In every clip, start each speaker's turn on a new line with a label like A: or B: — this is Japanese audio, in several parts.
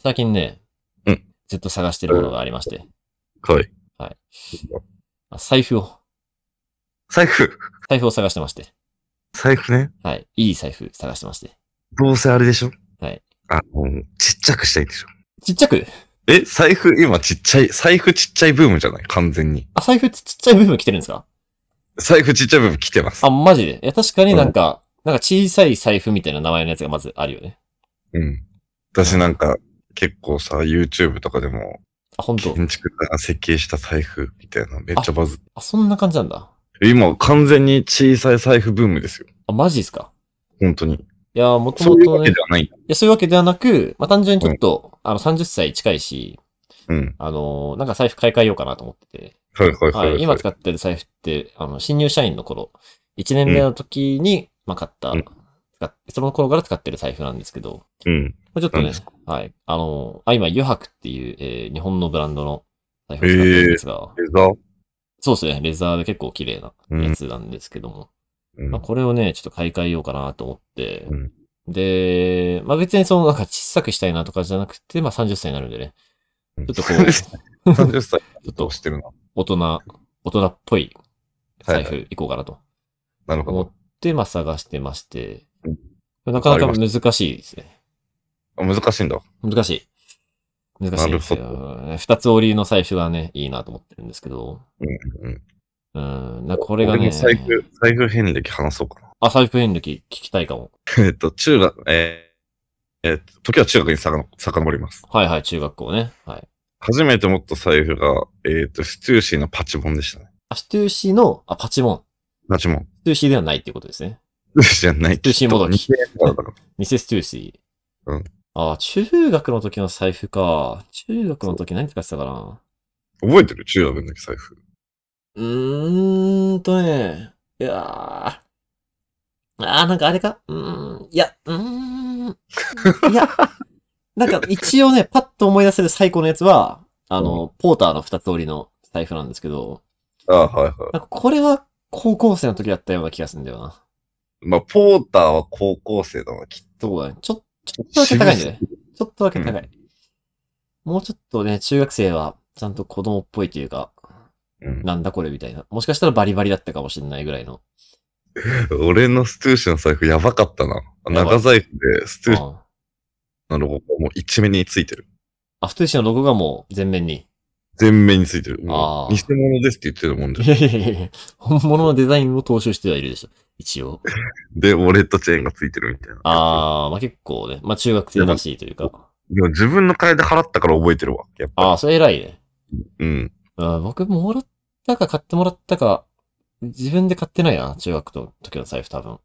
A: 最近ね、
B: うん
A: ずっと探してるものがありまして、
B: はい。
A: あ財布を、
B: 財布。
A: 財布を探してまして、
B: 財布ね。
A: はい。いい財布探してまして。
B: どうせあれでしょ
A: はい。
B: あ、もう、ちっちゃくしたいんでしょ
A: ちっちゃく
B: え、財布、今ちっちゃい、財布ちっちゃいブームじゃない完全に。
A: あ、財布ってちっちゃい部分来てるんですか
B: 財布ちっちゃいブーム来てます
A: あ、。マジでいや、確かになんか、なんか小さい財布みたいな名前のやつがまずあるよね。
B: うん。私なんか、結構さ、YouTube とかでも、
A: あ、本当
B: 建築家が設計した財布みたいな、めっちゃバズっ
A: あ、そんな感じなんだ。
B: て。今、完全に小さい財布ブームですよ。
A: あ、マジですか
B: 本当に。
A: いや、もと
B: そ
A: も
B: ういう
A: と
B: わけ
A: ね
B: で、はない。
A: いや、そういうわけではなく、まあ、単純にちょっと、あの、30歳近いし、
B: うん。
A: あのーなんか財布買い替えようかなと思ってて、
B: はいはいは、
A: はい、
B: はいい。
A: 今使ってる財布って、あの、新入社員の頃、1年目の時に、まあ、買った、
B: うん
A: 使っその頃から使ってる財布なんですけど、
B: うん。
A: これちょっと
B: 何
A: ね
B: です、
A: はい、あのーあ、今、余白っていう、えー日本のブランドの財布を使ってるんですが、
B: レザー
A: そうですね、レザーで結構綺麗な
B: うん
A: やつなんですけども、
B: うん
A: まあ、これをね、ちょっと買い替えようかなと思って、
B: うん
A: で、まあ、別にそのなんか小さくしたいなとかじゃなくて、まあ、30歳になるんでね、
B: うん
A: ちょっとこう、ち
B: 30歳
A: ょっ
B: ど
A: と
B: うしてるな。
A: 大人、大人っぽい財
B: はい
A: 布行こうかなと
B: なるほ
A: 思っ
B: ど。
A: て、まあ、探してまして、
B: うん
A: なかなか難しいですね。
B: あ難しいんだ。
A: 難しい。難しいです
B: なる
A: よ。二つ折りの財布がね、いいなと思ってるんですけど、
B: うんうん。
A: うん、なこれが
B: 俺
A: ね、
B: も財布、財布遍歴話そうかな。
A: あ、財布遍歴聞きたいかも。
B: えっと、中学、えーえっと、時は中学にさかの遡ります。
A: はいはい、中学校ね。はい。
B: 初めて持った財布が、えっと、スチューシーのパチモンでしたね。
A: あ、ストゥーシーの、あ、パチモン。
B: パチモン。
A: ストゥーシーではないっていうことですね。
B: じゃない。
A: スチューシーもどき
B: きっと2000円だから。
A: ミセストゥーシー。
B: うん。
A: あ、中学の時の財布か。中学の時何使ってたかな。
B: 覚えてる中学の時財布。
A: うーんとね、いやー。あー、なんかあれかうーん、いや、うーん。いや、なんか一応ね、パッと思い出せる最高のやつは、あの、ポーターの二つ折りの財布なんですけど、
B: ああ、はいは
A: なんかこれは高校生の時だったような気がするんだよな。
B: い。まあ、ポーターは高校生だな、きっ
A: どうだね。ちょ、ちょっと
B: と。
A: だけ高いんじゃない
B: 渋すぎる
A: ちょっとだけ高い。もうちょっとね、中学生はちゃんと子供っぽいというか、
B: うん
A: なんだこれみたいな。もしかしたらバリバリだったかもしれないぐらいの。
B: 俺のスチューシーの財布やばかったな。
A: やばい
B: 長財布で、スチューシー
A: あ
B: のロゴがもう一面についてる。
A: あ、ストゥーシーのロゴがもう全面に。
B: 全面についてる。もう
A: あ
B: 偽
A: ー
B: 物ですって言ってるもんで
A: い。やいやいやいや、本物のデザインを踏襲してはいるでしょ。一応。
B: で、ウォレットチェーンがついてるみたいな。
A: ああ、まあ結構ね。まあ中学生らしいというか。
B: でも自分の金で払ったから覚えてるわ。やっぱ。
A: ああ、それ偉いね。
B: うん。
A: うん、僕もらったか買ってもらったか、自分で買ってないな。中学の時の財布多分。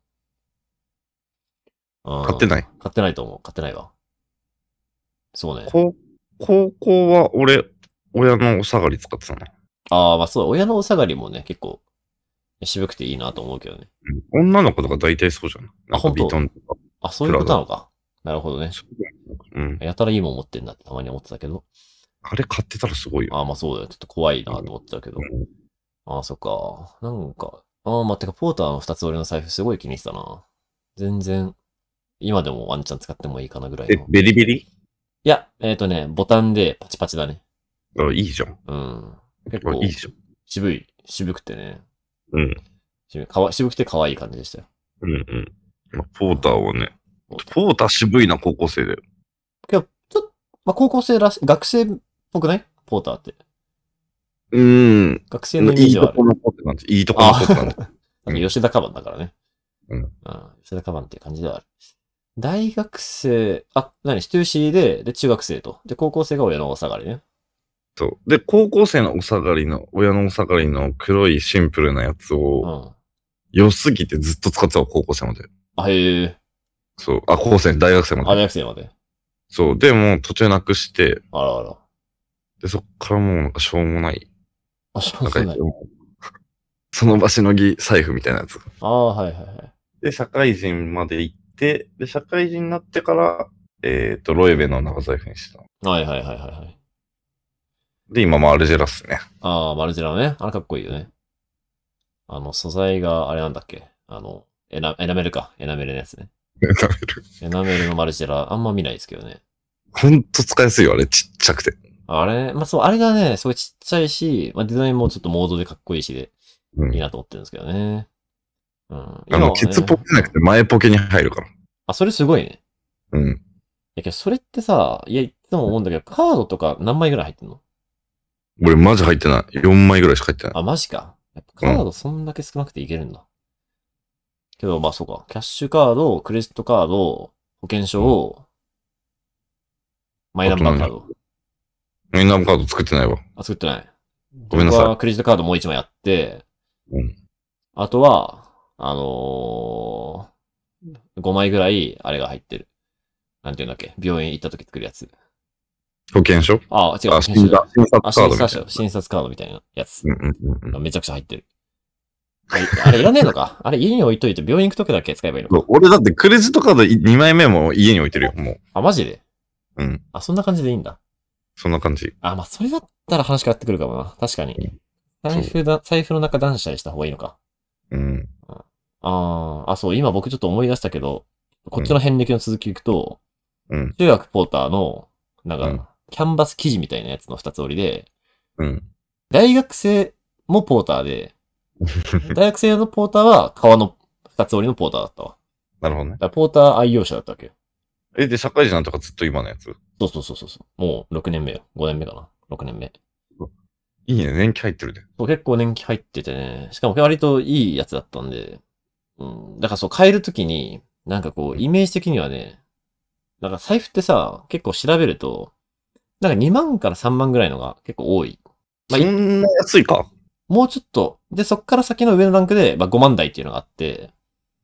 B: 買って
A: い
B: ない。
A: 買ってないと思う。買ってないわ。そうね。
B: 高高校は俺、親のお下がり使ってたな。
A: ああ、まあそう、親のお下がりもね、結構、渋くていいなと思うけどね。
B: 女の子とか大体そうじゃん。なんか
A: 本当
B: ビトンとか。
A: あ、そういうことなのか。なるほどね。
B: うん。
A: やたらいいもん持ってんだってたまに思ってたけど。
B: あれ買ってたらすごいよ。
A: ああ、まあそうだよ。ちょっと怖いなと思ってたけど。
B: うん
A: ああ、そっか。なんか、ああ、まあ、てか、ポーターの二つ俺の財布すごい気に入ってたな。全然、今でもワンチャン使ってもいいかなぐらい
B: え
A: の。い、
B: ベリベリ
A: や、えっ、とね、ボタンでパチパチだね。
B: あ、いいじゃん。
A: うん。結構
B: あいいじゃん。
A: 渋い、渋くてね。
B: うん。
A: 渋いかわ渋くて可愛い感じでしたよ。
B: うんうん。まあ、ポーターはね
A: ポータ。
B: ポーター渋いな、高校生で。
A: けど、ちょっと、まあ、高校生らしい、学生っぽくないポーターって。
B: うーん。
A: 学生のイメー
B: いい
A: ジはあ
B: と
A: る
B: こ。の子って感じ。いいとこの子って感じ。
A: なんか吉田カバンだからね。
B: うん
A: 吉田カバンっていう感じではある。大学生、あ、何ストゥーシーで、で、中学生と。で、高校生が親のお下がりね。
B: そう。で、高校生のお下がりの、親のお下がりの黒いシンプルなやつ
A: う
B: を、
A: ん。
B: 良すぎてずっと使ってたわ、高校生まで。
A: あ、へえ。
B: そう。あ、高校生、大学生
A: あ、
B: ま
A: 大
B: で。
A: 学生まで。
B: そう。で、もう途中なくして、
A: あらあら。
B: で、そっからもうなんかしょうもない。
A: あ、しょ
B: な
A: うん
B: か
A: がない。
B: も うその場しのぎ財布みたいなやつ。
A: ああ、はいはいはい。
B: で、社会人まで行って、で、社会人になってから、えっ、と、ロエベの長財布にしたの。
A: はいはいはいはいはい。
B: で、今もアルジェラっすね。
A: ああ、マルジェラのね。あれかっこいいよね。あの、素材が、あれなんだっけあの、エナエナメルか。エナメルのやつね。
B: 食べる。
A: エナメルのマルジェラ、あんま見ないですけどね。
B: ほんと使いやすいよ、あれ。ちっちゃくて。
A: あれ、まあ、そう、あれがね、すごいちっちゃいし、まあ、デザインもちょっとモードでかっこいいしで、
B: うん
A: いいなと思ってるんですけどね。うん。
B: あ
A: 今はね
B: の、ケツポケじゃなくて前ポケに入るから。
A: あ、それすごいね。
B: うん。
A: いや、けどそれってさ、いや、いつも思うんだけど、カードとか何枚ぐらい入ってんの
B: 俺マジ入ってない。4枚ぐらいしか入ってない。
A: あ、マジか。やっぱカードそんだけ少なくていけるんだ。けど、まあそうか。キャッシュカード、クレジットカード、保険証、マイナンバーカード。
B: メインナムカード作ってないわ。
A: あ、作ってない。
B: ごめんなさい
A: 僕はクレジットカードもう一枚やって、
B: うん
A: あとは、あのー、5枚ぐらい、あれが入ってる。なんていうんだっけ病院行った時作るやつ。
B: 保険証
A: あ、違う。
B: あ、
A: 保険証
B: 診察診察カ
A: あ、診察
B: ードみたいな
A: 者、診察カードみたいなやつ。
B: うんうんうんうん
A: めちゃくちゃ入ってる。あれあれいらねえのか あれ家に置いといて病院行くときだけ使えばいいの
B: そう俺だってクレジットカード2枚目も家に置いてるよ、も
A: あ、マジで
B: う。うん。
A: あ、そんな感じでいいんだ。
B: そんな感じ。
A: あ、まあ、それだったら話変わってくるかもな。確かに。財布だ、財布の中断したりした方がいいのか。
B: うん。
A: あーあ、そう、今僕ちょっと思い出したけど、こっちの遍歴の続きいくと、
B: うん
A: 中学ポーターの、なん
B: うん
A: か、キャンバス記事みたいなやつの二つ折りで、
B: うん。
A: 大学生もポーターで、大学生のポーターは川の二つ折りのポーターだったわ。
B: なるほどね
A: だ。からポーター愛用者だったわけよ。
B: え、で、社会人なんとかずっと今のやつ
A: そうそうそうそうそう。もう6年目よ。5年目かな。6年目。
B: いいね、年季入ってるで。
A: そう、結構年季入っててね。しかも割といいやつだったんで。うん。だからそう、変えるときに、なんかこう、イメージ的にはね、なんか財布ってさ、結構調べると、なんか2万から3万ぐらいのが結構多い。まあい
B: そんな安いか
A: もうちょっと、で、そっから先の上のランクで、まあ5万台っていうのがあって、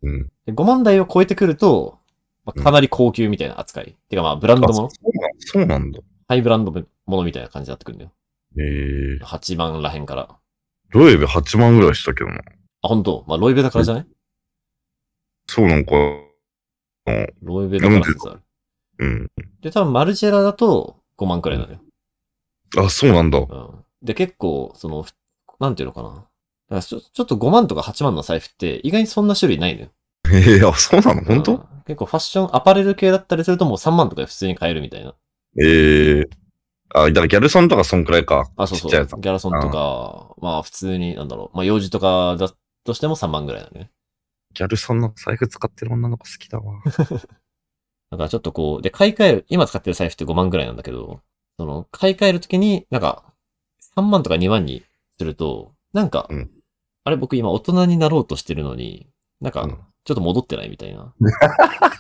B: うん。
A: で5万台を超えてくると、まあ、かなり高級みたいな扱い。てかまあ、ブランド
B: あ
A: も
B: そ
A: の
B: うなんそうなんだ。
A: ハイブランドものみたいな感じになってくるんだよ。
B: えー、
A: 8万らへんから。
B: ロエベ8万ぐらいしたけどな。
A: あ、本当まあ、ロイベだからじゃない
B: そうなんか、うん
A: ロイベだから説ある。
B: うん。
A: で、多分マルジェラだと5万くらいなのよ。
B: あ、そうなんだ。
A: うん。で、結構、その、ふなんていうのかな。だからちょちょっと5万とか8万の財布って意外にそんな種類ないのよ。
B: えー、あ、そうなの本
A: う
B: 当
A: ん結構ファッション、アパレル系だったりするともう3万とかで普通に買えるみたいな。
B: えー。あ、だからギャルソンとかそんくらいか。
A: あ、そう
B: ち
A: そう。
B: っち
A: ギ
B: ゃいやつ。
A: ャラソンとか、まあ普通に、なんだろう。まあ用事とかだとしても3万ぐらいだね。
B: ギャルソンの財布使ってる女の子好きだわ。
A: だからちょっとこう、で、買い替える、今使ってる財布って5万ぐらいなんだけど、その、買い替えるときに、なんか、3万とか2万にすると、なんか、
B: うん
A: あれ僕今大人になろうとしてるのに、なんか、
B: うん
A: ちょっと戻ってないみたいな。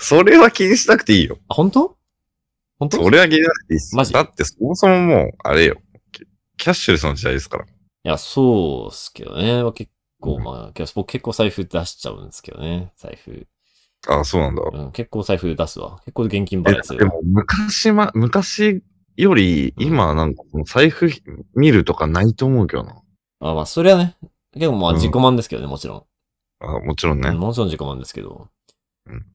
B: それは気にしなくていいよ。
A: あ、本当本当
B: それは気にしなくていいっす
A: マジ
B: だってそもそももう、あれよ。キキャッシュレスの時代ですから。
A: いや、そうっすけどね。結構、まあ、けど僕結構財布出しちゃうんですけどね。財布。
B: あ、そうなんだ。
A: うん、結構財布出すわ。結構現金
B: え
A: 払いす
B: で
A: る。
B: も昔ま、昔より、今なんかこの財布見るとかないと思うけどな。
A: あまあ、それはね。結構まあ、自己満ですけどね、もちろん。
B: あもちろんね。
A: うんもちろん自己満ですけど。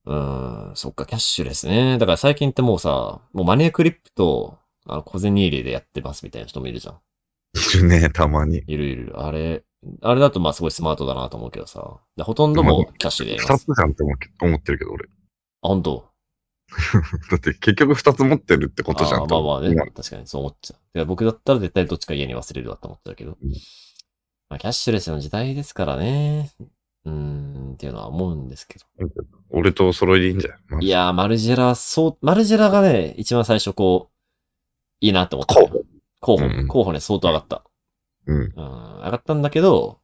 B: うん。
A: ん、そっか、キャッシュレスね。だから最近ってもうさ、もうマネークリップと、あの、小銭入れでやってますみたいな人もいるじゃん。
B: いるね、たまに。
A: いるいる。あれ、あれだとまあすごいスマートだなと思うけどさ。でほとんどもうキャッシュでやりま
B: 二つ
A: す。
B: じゃんって思うけ思ってるけど、俺。
A: あ、本当
B: だって結局二つ持ってるってことじゃん。
A: あまあまあね
B: 今。
A: 確かにそう思っちゃう。いや僕だったら絶対どっちか家に忘れるわと思ってたけど。
B: うん
A: まあ、キャッシュレスの時代ですからね。うーん、っていうのは思うんですけど。
B: 俺とお揃いでいいんじゃない、まあ
A: いやー、マルジェラ、そう、マルジェラがね、一番最初こう、いいなと思った。
B: 候補。
A: 候補、
B: うん
A: 候補ね、相当上がった。
B: うん。
A: うん、上がったんだけど、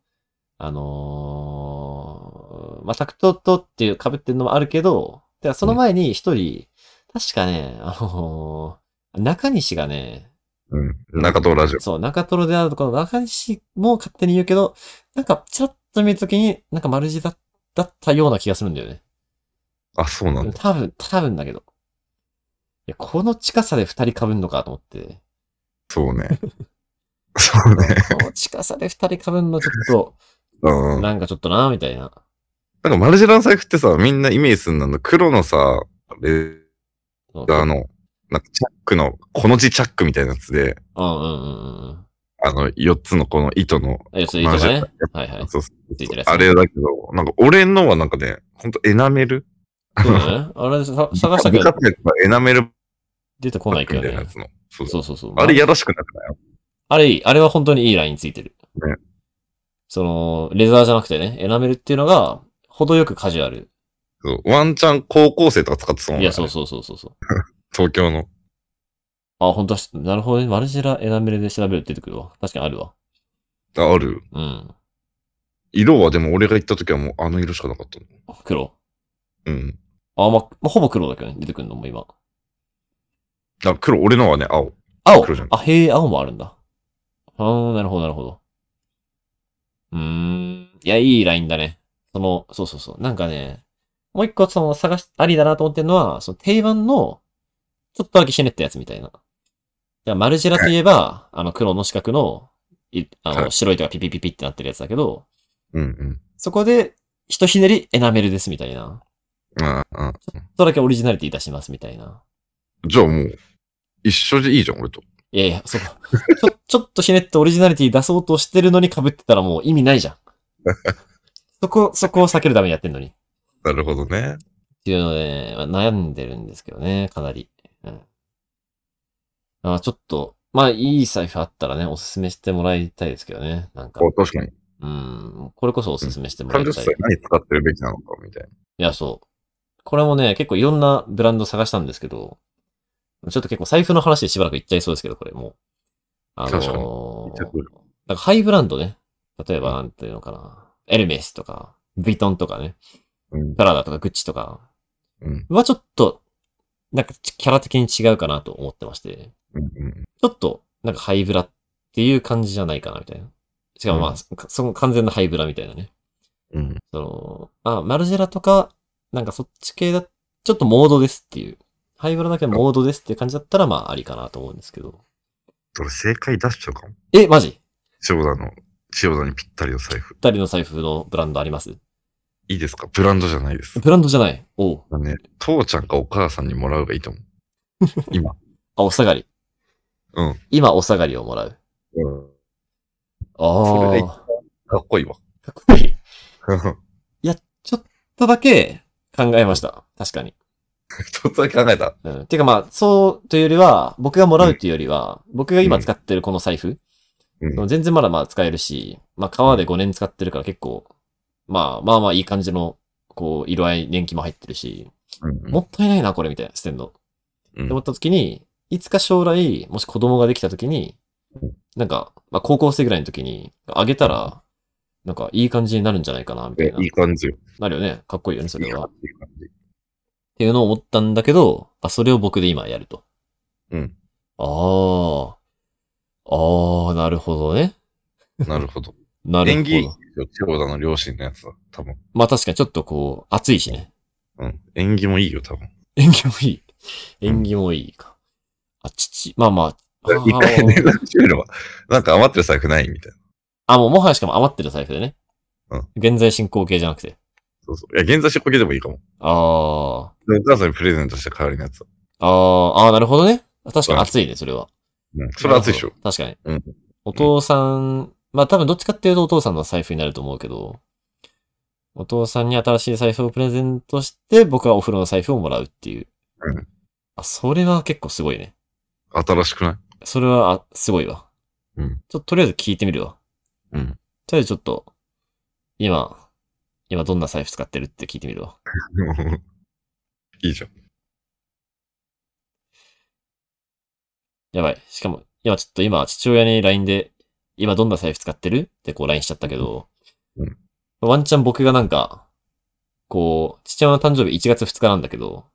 A: あのー、まあ、タクトとっていう被ってるのもあるけど、てかその前に一人、確かね、あのー中西がね、
B: うん。中藤ラジオ。
A: そう、中トロであるとか、中西も勝手に言うけど、なんか、ちらっと見るときに、なんかマルジェラだったような気がするんだよね。
B: あ、そうなんだ。
A: 多分、多分だけど。いや、この近さで二人被んのかと思 って。
B: そうね。 そうね。
A: この近さで二人被んのちょっ
B: う
A: と、
B: ん。なん
A: なんかちょっとな、みたいな。
B: かマルジェラの財布ってさ、みんなイメージするのあの黒のさ、レ
A: そう
B: ザーの、なんかチャックの、この字チャックみたいなやつで、
A: うんうんうんうんうん。
B: あの、4つのこの糸の、
A: え、それいいとかね。はいはい。
B: そうそう
A: ついてるやつ
B: あれだけど、なんか俺のはなんかね、ほんとエナメル
A: そうだね。あれさ探した
B: 部
A: けど、
B: 活やつはエナメル
A: 出てこないけど
B: みたいな
A: ね
B: や。つの。そう
A: そうそうそう。
B: あれやらしくなくない
A: あれいい。あれは本当にいいラインついてる。
B: ね
A: その、レザーじゃなくてね、エナメルっていうのが、程よくカジュアル。
B: そうワンチャン高校生とか使ってそうないんだよ
A: や、
B: ね
A: そうそうそうそうそう。
B: 東京の。
A: あ、本当はし、なるほどね。マルジェラエナメルで調べるって出てくるわ。確かにあるわ。
B: あある。
A: うん。
B: 色はでも俺が行った時はもうあの色しかなかったの。
A: 黒。
B: うん。
A: あ、まあ、まあ、ほぼ黒だけどね。出てくるのも今。
B: あ、黒、俺のはね、青。
A: 青
B: 黒じゃん
A: あ、へえ、青もあるんだ。あー、なるほど、なるほど。うーん。いや、いいラインだね。その、そうそうそう。なんかね、もう一個その探し、ありだなと思ってるのは、その定番の、ちょっとだけひねったやつみたいな。いや、マルジェラといえば、あの、黒の四角の、いあ
B: は
A: の、白いとかピピピピってなってるやつだけど、
B: うん
A: そこで、ひとひねりエナメルですみたいな。
B: うん。ああ、あ
A: ちょっとだけオリジナリティ出しますみたいな。
B: じゃあもう、一緒でいいじゃん、俺と。
A: いやいや、そう。ちょ、 ちょっとひねってオリジナリティ出そうとしてるのに被ってたらもう意味ないじゃ ん。そこ、そこを避けるためにやってんのに。っ
B: なるほどね。
A: ていうので、まあ悩んでるんですけどね、かなり。うん。あちょっと、まあ、いい財布あったらね、おすすめしてもらいたいですけどね。なん
B: あ
A: か、
B: 確かに。
A: うん。これこそおすすめしてもらい
B: 30
A: たい。
B: 歳
A: い
B: 何使ってるべきなのか、みたいな。
A: や、そう。これもね、結構いろんなブランド探したんですけど、ちょっと結構財布の話でしばらくいっちゃいそうですけど、これもう。あ
B: 確か
A: の
B: 一着
A: なんかハイブランドね。例えば、なんていうのかな。エルメスとか、ヴィトンとかね。
B: うん。
A: プラダとか、グッチとか
B: うん。
A: はちょっと、なんかキャラ的に違うかなと思ってまして。
B: うん。うん
A: ちょっと、なんかハイブラっていう感じじゃないかな、みたいな。しかもまあ、
B: うん
A: そその完全なハイブラみたいなね。
B: うん。
A: その、あ、マルジェラとか、なんかそっち系だ、ちょっとモードですっていう。ハイブラだけどモードですっていう感じだったら、まあ、ありかなと思うんですけど。
B: 俺、正解出しちゃうかも。
A: え、マジ
B: 千代田の、千代田にぴったりの財布。
A: 二人の財布のブランドあります
B: いいですかブランドじゃないです。
A: ブランドじゃない。おう。
B: だね、父ちゃんかお母さんにもらうがいいと思う。今。
A: あ、お下がり。
B: うん。
A: 今、お下がりをもらう。
B: うん。そ
A: あ
B: れが
A: あ。
B: 一番かっこいいわ。
A: かっこいい。ちょ
B: ち
A: っとだけ考えました。確かに。
B: ょっとだけ考えた。
A: うん。てかまあ、そうというよりは、僕がもらうというよりは、僕が今使ってるこの財布、
B: うん
A: その全然まだまだ使えるし、まあ、革で5年使ってるから結構、まあまあまあいい感じの、こう、色合い、年季も入ってるし、
B: うん
A: もったいないな、これ、みたいな、捨てんの。
B: う
A: っ
B: ん
A: て思った時に、いつか将来、もし子供ができた時に
B: うん、
A: なんか、まあ、高校生ぐらいの時に、あげたら、なんか、いい感じになるんじゃないかな、みた
B: え
A: いな。
B: いい感じよ。
A: なるよね。かっこいいよね、そ
B: いい
A: れは。っ
B: 感じいい感じ。
A: ていうのを思ったんだけど、あ、それを僕で今やると。
B: うん。
A: ああ。ああ、なるほどね。
B: なるほど。
A: なるほ
B: 演技いい
A: ど
B: よ。、千代田の両親のやつだ。多分。
A: まあ確かにちょっとこう、熱いしね。
B: うん。演技もいいよ、多分。
A: 演技もいい。
B: うん
A: 演技もいいか。あ、父、まあま あ。あー
B: 一回連絡してみれば、なんか余ってる財布ないみたいな。
A: あ、もうもはやしかも余ってる財布でね。
B: うん。
A: 現在進行形じゃなくて。
B: そうそう。いや、現在進行形でもいいかも。
A: あ
B: でお母さんにプレゼントした代わりのやつ。
A: あ。ああ、ああ、なるほどね。確かに熱いね、それは。
B: うん。それ熱いでしょ。
A: 確かに。
B: うん
A: お父さん、まあ多分どっちかっていうとお父さんの財布になると思うけど、お父さんに新しい財布をプレゼントして、僕はお風呂の財布をもらうっていう。
B: うん
A: あ、それは結構すごいね。
B: 新しくない
A: それは、あすごいわ。
B: うん
A: ちょっととりあえず聞いてみるわ。
B: うん。
A: とりあえずちょっと、今、今どんな財布使ってるって聞いてみるわ。
B: いいじゃん。
A: やばい。しかも、今ちょっと今、父親に LINE で、今どんな財布使ってるってこう LINE しちゃったけど、
B: うん
A: ワンチャン僕がなんか、こう、父親の誕生日1月2日なんだけど、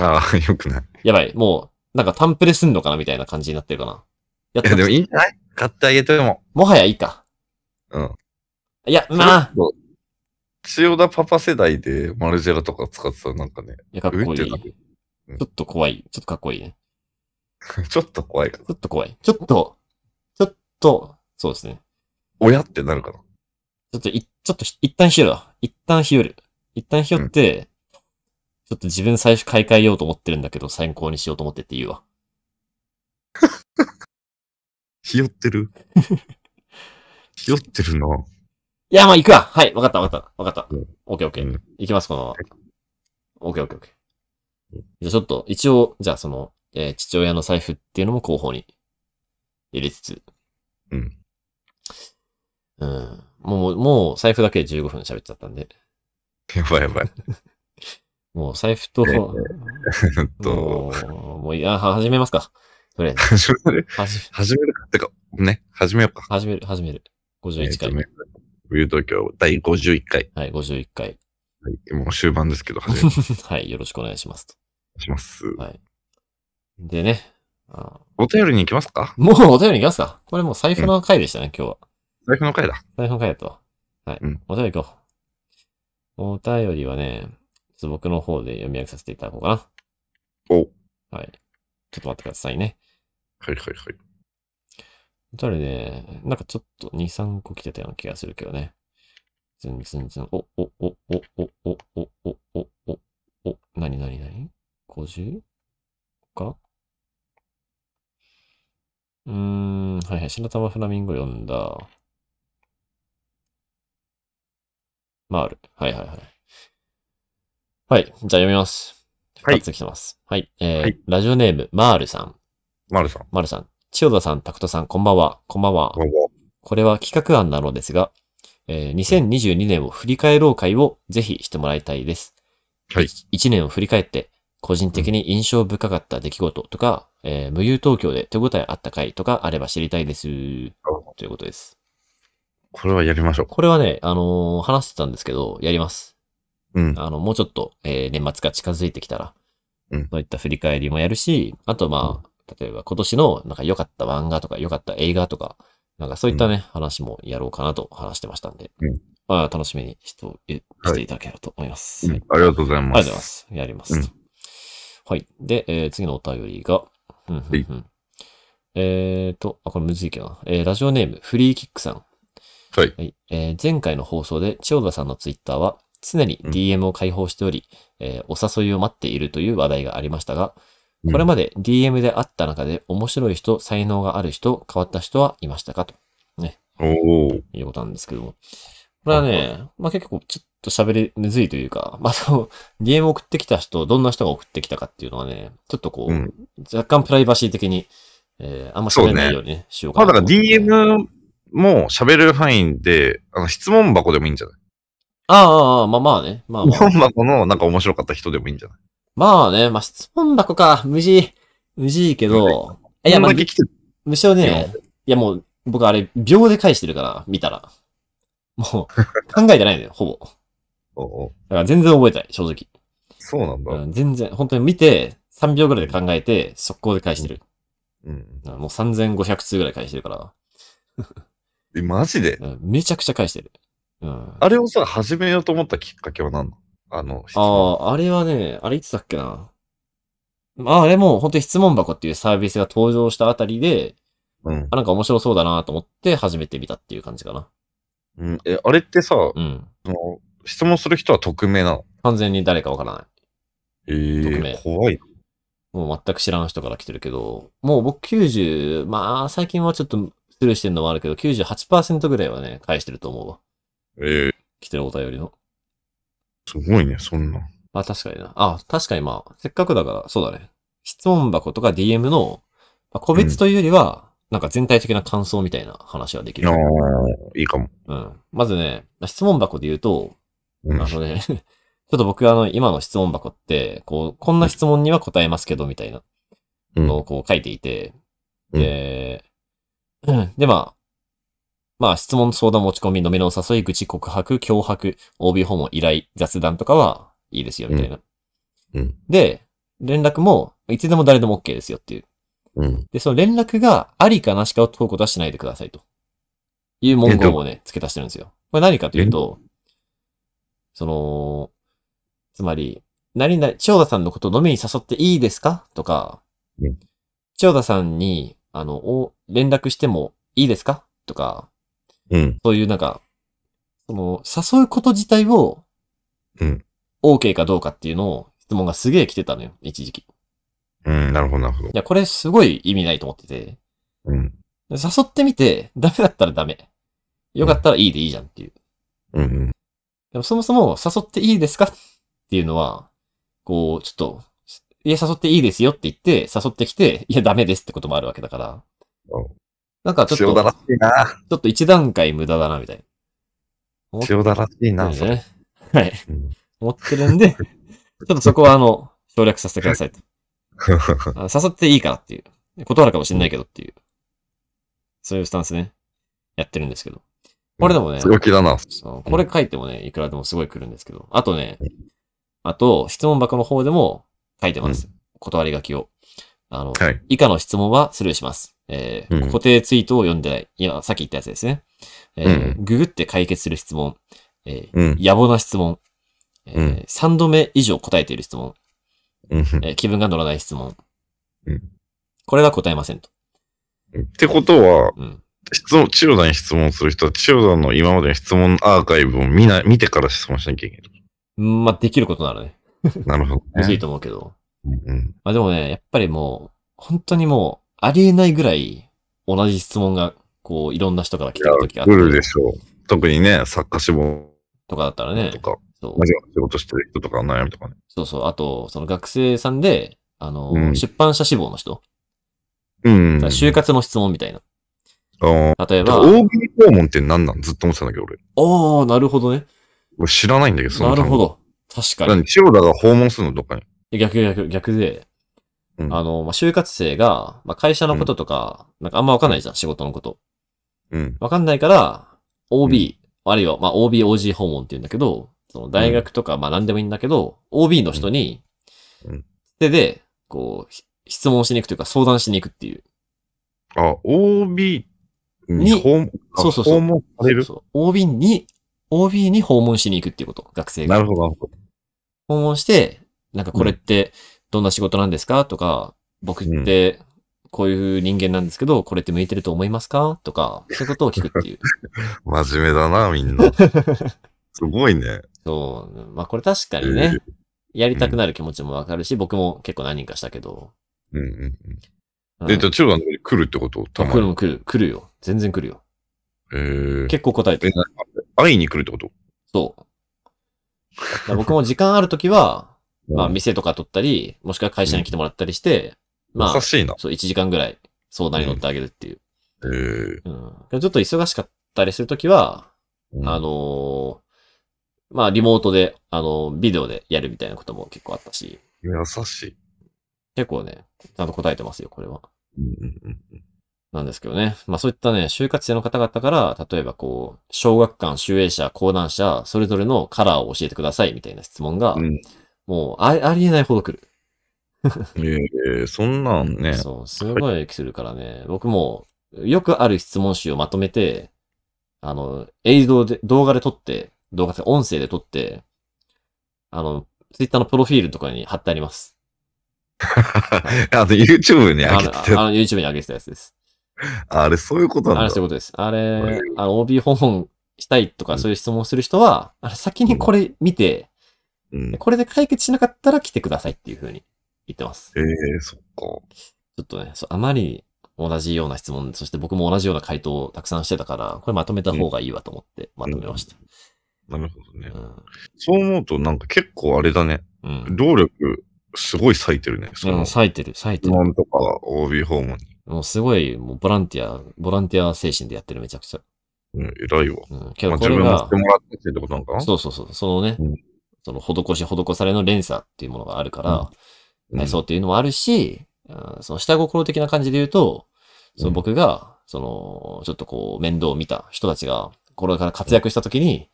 B: ああ、よくない。
A: やばい、もう、なんかタンプレすんのかなみたいな感じになってるかな。やっ
B: い
A: て
B: や、
A: も
B: でもいいんじゃない買ってあげても。
A: もはやいいか。
B: うん。
A: いや、まあ、
B: そう。千代田パパ世代でマルジェラとか使ってたらなんかね、
A: いや、かっこいい。
B: う
A: ち
B: んって
A: ょっと怖い。ちょっとかっこいいね。
B: ちょっと怖いかな。
A: ちょっと怖い。ちょっと、ちょっと、そうですね。
B: 親ってなるかな。
A: ちょっと、い、ちょっと、一旦ひよるわ。一旦ひよる。一旦ひよって、ちょっと自分最初買い替えようと思ってるんだけど、参考にしようと思ってって言うわ。
B: ひよって るひよってるな。
A: いや、まあ、行くわはい、わかった、わかった、わかった
B: うん。
A: オッケーオッケ
B: う
A: ー
B: ん。
A: 行きます、このまま。オッケーオッケーオッケー。じゃあ、ちょっと、一応、じゃあ、その、えー父親の財布っていうのも候補に入れつつ。
B: うん。
A: うん。もう、もう財布だけで15分喋っちゃったんで、
B: やばいやばい。
A: もう財布と、
B: ええ
A: も
B: えっ
A: う
B: と、
A: もう、いや、は始めますか。とりあえず、
B: 始める、
A: はじ、
B: 始めるか。てか、ね、始めようか。
A: 始める、始める。51回。
B: えっとね冬東京第51回。
A: はい、51回。
B: はい、もう終盤ですけど、始めま
A: はい、よろしくお願いしますと。
B: します。
A: はい。でね、あ
B: お便りに行きますか
A: もうお便りいきますかこれもう財布の回でしたね、今日は。
B: 財布の回だ。
A: 財布の回だったわ。はい。
B: うん
A: お便り行こう。お便りはね、ちょっと僕の方で読み上げさせていただこうか
B: お。はい
A: な。はい。ちょっと待ってくださいね。
B: はいはい。
A: お便りね、なんかちょっと2、3個来てたような気がするけどね。ずんずんずん、お、お、お、お、お、お、お、お、お、お、お、なになになに ?50? かうーん、はいはい、白玉フラミンゴ読んだ。まあある。はいはいはい。はい、じゃあ読みます。
B: はい
A: 二つ来てます。はい、えー
B: はい
A: ラジオネーム、マールさん。
B: マルさん。
A: マルさん、千代田さん、タクトさん、こんばんは。こんばんは。
B: こんばんは
A: これは企画案なのですが、えー2022年を振り返ろう会をぜひしてもらいたいです。
B: はい。
A: 1年を振り返って、個人的に印象深かった出来事とか、えー無友東京で手応えあった回とかあれば知りたいです。ということです。
B: これはやりましょ
A: これはね、あのー話してたんですけど、やります。
B: う。うん。
A: あの、もうちょっと、えー年末が近づいてきたら、
B: うん
A: そういった振り返りもやるし、あとまあ、例えば今年のなんか良かった漫画とか良かった映画とか、なんかそういったね、話もやろうかなと話してましたんで、
B: うん
A: まあ楽しみにしておい
B: は
A: し
B: い
A: ていただければと思います。
B: うん
A: はい
B: ありがとうござい
A: あ
B: ま。
A: りがとうございますす。やります。
B: うん
A: はい。で、えー次のお便りが、うんうんうん
B: はい
A: えっ、と、あ、これむずいけどな。えーラジオネーム、フリーキックさん。
B: はい。
A: はい。えー前回の放送で千代田さんのツイッターは常に DM を開放しており、えーお誘いを待っているという話題がありましたが、
B: うん
A: これまで DM であった中で面白い人、才能がある人、変わった人はいましたかと
B: おー。
A: いうことなんですけども。これはね、まあ、結構ちょっと喋りむずいというか、まあ、そ の DM を送ってきた人、どんな人が送ってきたかっていうのはね、ちょっとこう、
B: うん
A: 若干プライバシー的に、えーあんま喋らな
B: そうね
A: いようにね、しようか
B: まあ
A: な
B: だ
A: と
B: から
A: 思ってて。
B: DM も喋る範囲で、あの質問箱でもいいんじゃない
A: ああああ、ああまあまあね。まあま
B: 質
A: あ
B: 問箱のなんか面白かった人でもいいんじゃない
A: まあね、まあ質問箱か、無事、無事いいけど、い
B: い
A: や、まあ
B: だ、け来てる
A: むしろね、いやもう、僕あれ、秒で返してるから、見たら。 もう、考えてないのよ、ほぼ。だ
B: おー
A: から全然覚えてない、正直。
B: そうなんだ。
A: うん、全然、本当に見て、3秒ぐらいで考えて、速攻で返してる。
B: うん。
A: うんもう3500通ぐらい返してるから、
B: えマジで
A: うん、めちゃくちゃ返してる。うん。
B: あれをさ、始めようと思ったきっかけは何なのあの、質問。
A: ああ、あれはね、あれいつだっけな。まあ、あれも、本当に質問箱っていうサービスが登場したあたりで、
B: うん
A: あ、なんか面白そうだなと思って始めてみたっていう感じかな。
B: うん。え、あれってさ、
A: うん。
B: その質問する人は匿名なの
A: 完全に誰かわからない。
B: え
A: 匿名
B: ー、怖い。
A: もう全く知らん人から来てるけど、もう僕90、まあ最近はちょっとスルーしてるのもあるけど、98%ぐらいはね、返してると思うわ。
B: えー、
A: 来てるお便りの。
B: すごいね、そんな。
A: まあ確かにな。あ、確かにまあ、せっかくだから、そうだね。質問箱とか DM の、まあ、個別というよりは、なんか全体的な感想みたいな話はでき
B: あ
A: る。
B: ーいいかも。
A: うん。まずね、質問箱で言うと、
B: うん。
A: あのね、 ちょっと僕あの、今の質問箱って、こう、こんな質問には答えますけど、みたいな
B: うん
A: のをこう書いていて、
B: うん
A: で、うんで、まあ、まあ、質問、相談、持ち込み、飲みのお誘い、愚痴、告白、脅迫、OB 訪問、依頼、雑談とかはいいですよ、みたいな。
B: うんうん
A: で、連絡も、いつでも誰でも OK ですよっていう。
B: うん。
A: で、その連絡がありかなしかを問うことはしないでくださいと。いう文言をね、付け足してるんですよ。これ何かというと、その、つまり、何々、千代田さんのこと飲みに誘っていいですかとか
B: うん、
A: 千代田さんに、あの、お連絡してもいいですかとか、
B: うん。
A: そういうなんか、その、誘うこと自体を、
B: うん。
A: OK かどうかっていうのを、質問がすげえ来てたのよ、一時期。い
B: うん、なるほど、なるほど。
A: や、これすごい意味ないと思ってて。
B: うん。
A: 誘ってみて、ダメだったらダメ。よかったらいいでいいじゃんっていう。
B: うんうん。
A: でもそもそも誘っていいですかっていうのは、こう、ちょっと、いや、誘っていいですよって言って、誘ってきて、いや、ダメですってこともあるわけだから
B: うん。
A: なんかちょっ
B: 塩
A: と、
B: だらしいな。
A: ちょっと一段階無駄だな、みたいな。
B: 塩だらしいな、
A: です
B: それ。
A: ね。 はい。
B: うん
A: 思ってるんで、ちょっとそこはあの、省略させてくださいと。あの誘っていいからっていう。断るかもしれないけどっていう。そういうスタンスね。やってるんですけど。これでもね、
B: 強気だな。
A: そうこれ書いてもね、いくらでもすごい来るんですけど。あとね、あと、質問箱の方でも書いてます。断り書きを。あの、
B: はい。
A: 以下の質問はスルーします。えー
B: うん
A: 固定ツイートを読んでない。今、さっき言ったやつですね。えーググって解決する質問。えー
B: うん。
A: 野暮な質問。えー
B: うん
A: 3度目以上答えている質問。
B: うん
A: えー気分が乗らない質問。
B: うん
A: これは答えませんと。
B: ってことは、
A: うん。
B: 質問、千代田に質問する人は、千代田の今までの質問アーカイブを見な見てから質問しなきゃいけない。
A: うんまあ、できることならね、
B: なるほ
A: む
B: ど
A: ずい
B: ね。
A: と思うけど。
B: うん。
A: まあでもね、やっぱりもう、本当にもう、ありえないぐらい、同じ質問が、こう、いろんな人から来てる時があっ
B: 来る
A: て、
B: でしょう。特にね、作家志望
A: とかだったらね
B: と、か、
A: そう
B: 同じような仕事してる人とか悩みとかね。
A: そうそう、あと、その学生さんで、あの、
B: うん
A: 出版社志望の人、
B: うん。
A: 就活の質問みたいな。
B: あー
A: 例えば、
B: 大喜利訪問って何なんずっと思ってたんだけど、俺。
A: おー、なるほどね。
B: 俺知らないんだけど、その
A: なるほ
B: ど。
A: ど。確かに。
B: 何千代田が訪問するのどっかに。
A: 逆逆逆で、
B: うん
A: あの、まあ、就活生が、まあ、会社のこととか、なんかあんまわかんないじゃん、仕事のこと。
B: うん。
A: わかんないから、OB、あるいは、まあ、OB、OG 訪問って言うんだけど、その大学とか、まあ、なんでもいいんだけど、OB の人に
B: うん、
A: 手で、こう、ひ質問しに行くというか、相談しに行くっていう。
B: あ、OB
A: に
B: に訪問、あ
A: そうそうそう
B: 訪問される
A: そう OB に、OB に訪問しに行くっていうこと、学生
B: な
A: が。
B: るほど、なるほど。
A: 訪問して、なんかこれってどんな仕事なんですかとか、僕ってこういう人間なんですけど、これって向いてると思いますかとか、そういうことを聞くっていう。
B: 真面目だな、み んな。すごいね。
A: そう。まあこれ確かにね、やりたくなる気持ちもわかるし、僕も結構何人かしたけど。
B: うんうんうん。
A: うん
B: え、じゃあ、千代田のとこに来るってことたま
A: 来る
B: に。
A: も来る、来るよ。全然来るよ。
B: えー、
A: 結構答えて
B: え
A: る。
B: な会いに来るってこと
A: そう。だから僕も時間あるときは、まあ
B: うん
A: 店とか取ったり、もしくは会社に来てもらったりして、ま
B: 優
A: あ、
B: しいな。
A: そう、1時間ぐらい相談に乗ってあげるっていう。
B: えー、
A: うん。でもちょっと忙しかったりするときは、
B: うん
A: あのーまあ、リモートで、あのービデオでやるみたいなことも結構あったし、
B: 優しい。
A: 結構ね、ちゃんと答えてますよ、これは。
B: うんうんうん
A: なんですけどね。まあ、そういったね、就活生の方々から、例えばこう、小学館、集英社、講談社、それぞれのカラーを教えてください、みたいな質問が、
B: うん
A: もうあ、ありえないほど来る。
B: えー、そんなんね。
A: そう、すごいするからね。僕も、よくある質問集をまとめて、あの、映像で、動画で撮って、動画で音声で撮って、あの、ツイッターのプロフィールとかに貼ってあります。
B: あの、YouTube に上
A: あ
B: げ
A: の、
B: て
A: あ
B: た。
A: あの YouTube に上げてたやつです。
B: あれ、そういうこと
A: あ
B: なん
A: れ
B: だ
A: そうい。うことです。あ
B: はい
A: れ、あの、OB 訪問したいと
B: う
A: か
B: ん
A: そういう質問する人は、あれ先にこれ見て、
B: うん、え
A: これで解決しなかったら来てくださいっていうふうに言ってます。
B: ー、そっか。
A: ちょっとね、そうあまりに同じような質問、そして僕も同じような回答をたくさんしてたから、これまとめた方がいいわと思って、まとめました。
B: なるほどね
A: う。ん。
B: そう思うと、なんか結構あれだね。
A: うん。
B: 労力、すごい割いてるね。そ
A: うん、
B: の、質
A: 割いてる、割いてる。
B: 問とか、OB 訪問に。
A: もうすごい、もうボランティア、ボランティア精神でやってるめちゃくちゃ。
B: うん、偉いわ。
A: うん。け
B: ま
A: どこ
B: あ、自
A: れ
B: 分もし
A: が
B: て、もらってってことなんかな
A: そうそうそう、そのね、
B: うん
A: その施し、施されの連鎖っていうものがあるから、
B: うん
A: はいそうっていうのもあるし、うん、その下心的な感じで言うと、そうの
B: ん
A: 僕が、その、ちょっとこう、面倒を見た人たちが、これから活躍したときに、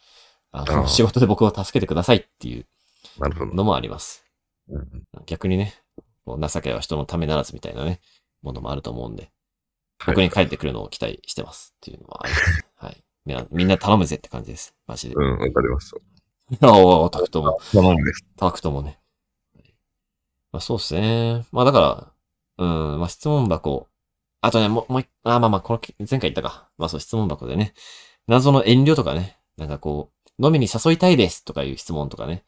A: あ
B: あ
A: の、
B: あ
A: 仕事で僕を助けてくださいっていう
B: なるほど。
A: のもあります。
B: うん
A: 逆にね、こう情けは人のためならずみたいなね、ものもあると思うんで、
B: はい
A: 僕に帰ってくるのを期待してますっていうのもあります。はい。みんな、みんな頼むぜって感じです。マジで
B: う。ん、わかりました。
A: おー、タクトも、
B: そうなんです。
A: タクトもね。まあそうですね。まあだから、うん、まあ質問箱。あとね、もう、もう一、あ、まあまあ、この前回言ったか。まあそう、質問箱でね。謎の遠慮とかね。なんかこう、飲みに誘いたいですとかいう質問とかね。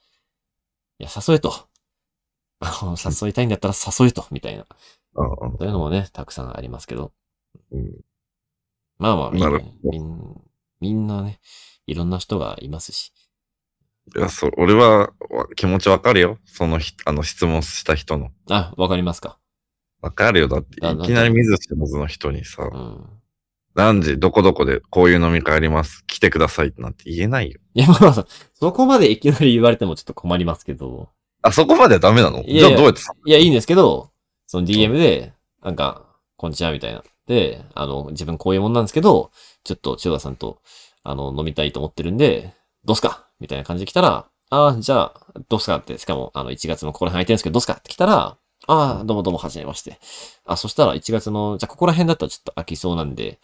A: いや、誘えと。あの誘いたいんだったら誘えと、みたいな。
B: うん
A: そういうのもね、たくさんありますけど。
B: うん
A: まあまあ、みん
B: な
A: な
B: るほど
A: みんみんなね、いろんな人がいますし。
B: いや、そう、俺はわ気持ちわかるよ。そのひ、あの質問した人の。
A: あ、わかりますか。
B: わかるよ。だって、
A: あ
B: いきなり見ず知らずの人にさ
A: う、ん。
B: 何時、どこどこでこういう飲み会あります。来てくださいってなんて言えないよ。
A: いや、まあまあ、そこまでいきなり言われてもちょっと困りますけど。
B: あ、そこまではダメなの
A: いやいや
B: じゃあどうやってさ
A: いや、いいんですけど、その DM で、なんか、こんにちは、みたいな。で、あの、自分こういうもんなんですけど、ちょっと千代田さんと、あの、飲みたいと思ってるんで、どうすかみたいな感じで来たら、ああ、じゃあ、どうすかって、しかも、あの、1月のここら辺空いてるんですけど、どうすかって来たら、ああ、どうもどうも、はじめまして。あ、そしたら1月の、じゃあここら辺だったらちょっと空きそうなんで、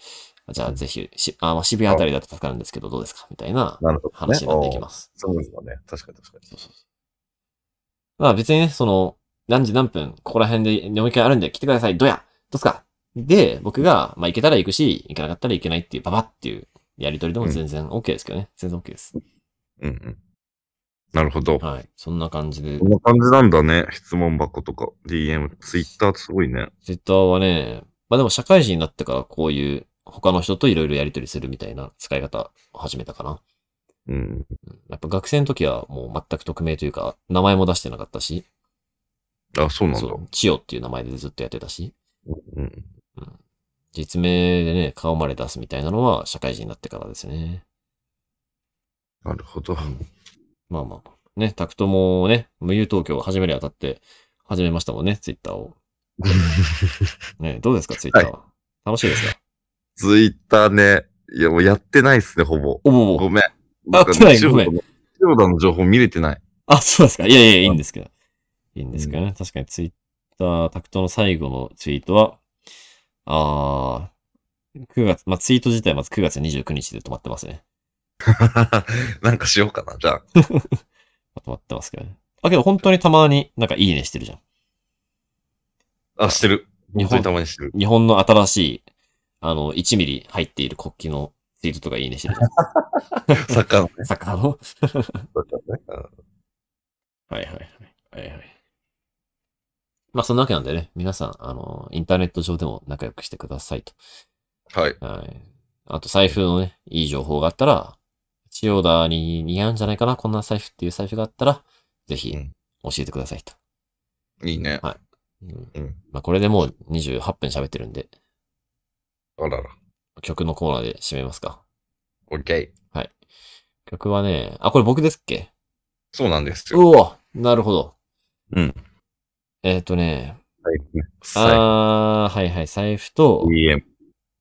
A: じゃあぜひ、しあまあ渋谷あたりだと助かるんですけど、どうですかみたいな
B: なるほど、ね。
A: 話になっていきます。
B: す。そうですよね。確かに確かに。
A: そうそうそう。まあ別にね、その、何時何分、ここら辺で飲み会あるんで来てください、どやどうすかで、僕が、まあ行けたら行くし、行かなかったら行けないっていう、ババっていうやりとりでも全然 OK ですけどね。全然 OK です。
B: うんうん。なるほど。
A: はい。そんな感じで
B: こ、んな感じなんだね。質問箱とか、DM、Twitter すごいね。
A: Twitter はね、まあでも社会人になってからこういう他の人といろいろやりとりするみたいな使い方を始めたかな。
B: うん。
A: やっぱ学生の時はもう全く匿名というか、名前も出してなかったし、
B: あ、そうなんだ。
A: そうう、千代っていう名前でずっとやってたし、
B: ん。
A: 実名でね、顔まで出すみたいなのは社会人になってからですね。
B: なるほど。
A: まあまあ。ね、タクトもね、無友東京を始めるにあたって始めましたもんね、ツイッター を。ね、どうですか、ツイッターは。楽しいですか
B: Twitter ね。いや、もうやってないっすね、ほぼ。
A: おぼお
B: ご
A: ぼ。
B: めん。
A: やってない
B: 千
A: ごめん
B: 代田の千代田の情報見れてない。
A: あ、そうですか。いやいやいや、いいんですけど。いいんですけどね。確かにツイッター、タクトの最後のツイートは、あー、9月、まあツイート自体まず9月29日で止まってますね。
B: なんかしようかな、じゃあ。
A: 止まってますけどね。あ、けど本当にたまになんかいいねしてるじゃん。
B: あ、してる。
A: 日
B: 本当
A: 本
B: にたまにしてる。
A: 日本の新しい、あの、1ミリ入っている国旗のツイートとかいいねしてるじゃん。
B: サッカーの ね。
A: サッカーの。
B: サッカーねうん
A: はいはいはい。はいはい。まあ、そんなわけなんでね、皆さん、あの、インターネット上でも仲良くしてくださいと。
B: はい。
A: はい。あと、財布のね、いい情報があったら、千代田に似合うんじゃないかな、こんな財布っていう財布があったら、ぜひ、
B: うん
A: 教えてくださいと。
B: いいね。
A: うん。
B: うん。
A: まあ、これでもう28分喋ってるんで、
B: あらら。
A: 曲のコーナーで締めますか。
B: オッケー。
A: 曲はね、あ、これ僕ですっけ
B: そうなんですよ。
A: うおなるほど。
B: うん。
A: えっ、とね、
B: はい。は
A: あー、はいはい、財布と
B: い。DM。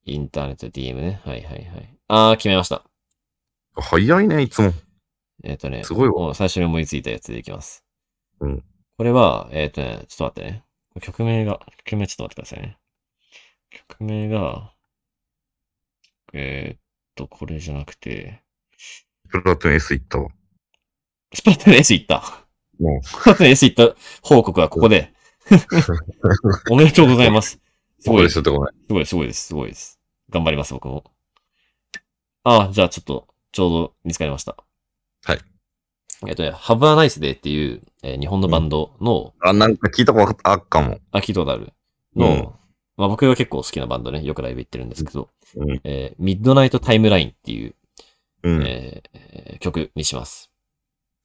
A: インターネット DM ね。はいはいはい。あー、決めました。
B: 早いね、いつも。
A: えっ、とね、
B: すごいわ。
A: もう最初に思いついたやつでいきます。
B: うん。
A: これは、えっ、とね、ちょっと待ってね。曲名が、曲名ちょっと待ってくださいね。曲名が、えーっと、これじゃなくて、
B: プラトゥーン S 行ったわ。
A: スプラトゥーン S 行った。
B: も
A: スプラトゥーン S 行った報告はここ で。おめでとうございます。
B: う、
A: す
B: そ
A: ご
B: う
A: い
B: でしょってごめん。
A: すごい、すごいです、すごいです。頑張ります、僕も。ああ、じゃあちょっと、ちょうど見つかりました。
B: はい。
A: えっとね、Have a Nice Day っていう、えー日本のバンドの、
B: あ、なんか聞いたことあっかも。
A: あ、聞いたことあるの、まあ僕が結構好きなバンドね、よくライブ行ってるんですけど、
B: うん
A: えー、ミッドナイトタイムラインっていう、
B: うん。
A: えーえー曲にします。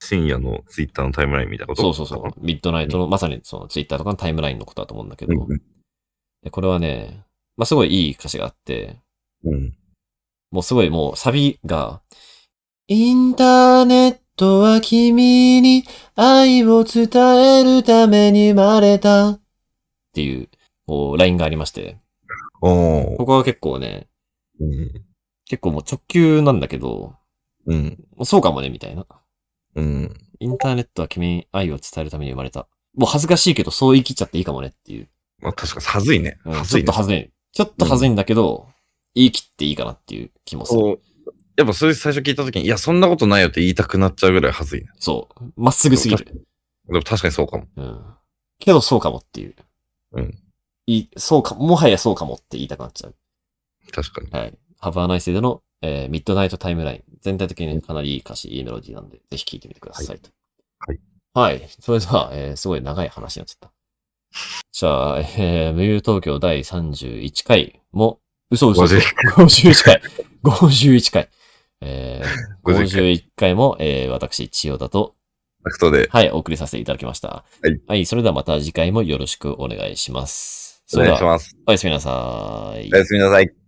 B: 深夜のツイッターのタイムライン見たこと
A: そうそうそう。ミッドナイトの、まさにその Twitter とかのタイムラインのことだと思うんだけど、
B: うん
A: でこれはね、まあすごいいい歌詞があって、
B: うん。
A: もうすごいもうサビが、インターネットは君に愛を伝えるために生まれたっていう、こう、ラインがありまして、
B: おー
A: ここは結構ね、
B: うん。
A: 結構もう直球なんだけど、
B: うん。
A: もうそうかもね、みたいな。
B: うん。
A: インターネットは君に愛を伝えるために生まれた。もう恥ずかしいけど、そう言い切っちゃっていいかもねっていう。
B: まあ確かに、はずいね。
A: うん
B: は
A: ち
B: ず
A: ょっ
B: い
A: と
B: ね。
A: 恥ずい。ちょっと恥ずいんだけど、言い切っていいかなっていう気もする。
B: そう。やっぱそれ最初聞いたときに、いや、そんなことないよって言いたくなっちゃうぐらいはずいね。
A: そう。まっすぐすぎる。
B: でも確かにそうかも。
A: うん。けどそうかもっていう。
B: うん。
A: いい、そうか、もはやそうかもって言いたくなっちゃう。
B: 確かに。
A: はい。ハバーナイスでの、えー、ミッドナイトタイムライン。全体的にねかなりいい歌詞、いいメロディーなんで、ぜひ聴いてみてくださいと。
B: はい
A: はい。それでは、えーすごい長い話になっちゃった。じゃあ、えー、無友東京第31回も、嘘嘘嘘。
B: 50
A: 51回。51回。えー、
B: 51回
A: 51回も、えー、私、千代田と、
B: タクトで。
A: はい、お送りさせていただきました。
B: はい。
A: それではまた次回もよろしくお願いします。そ
B: お
A: れで
B: 願いし
A: は、
B: ます。
A: おやすみなさい
B: お。やすみなさい。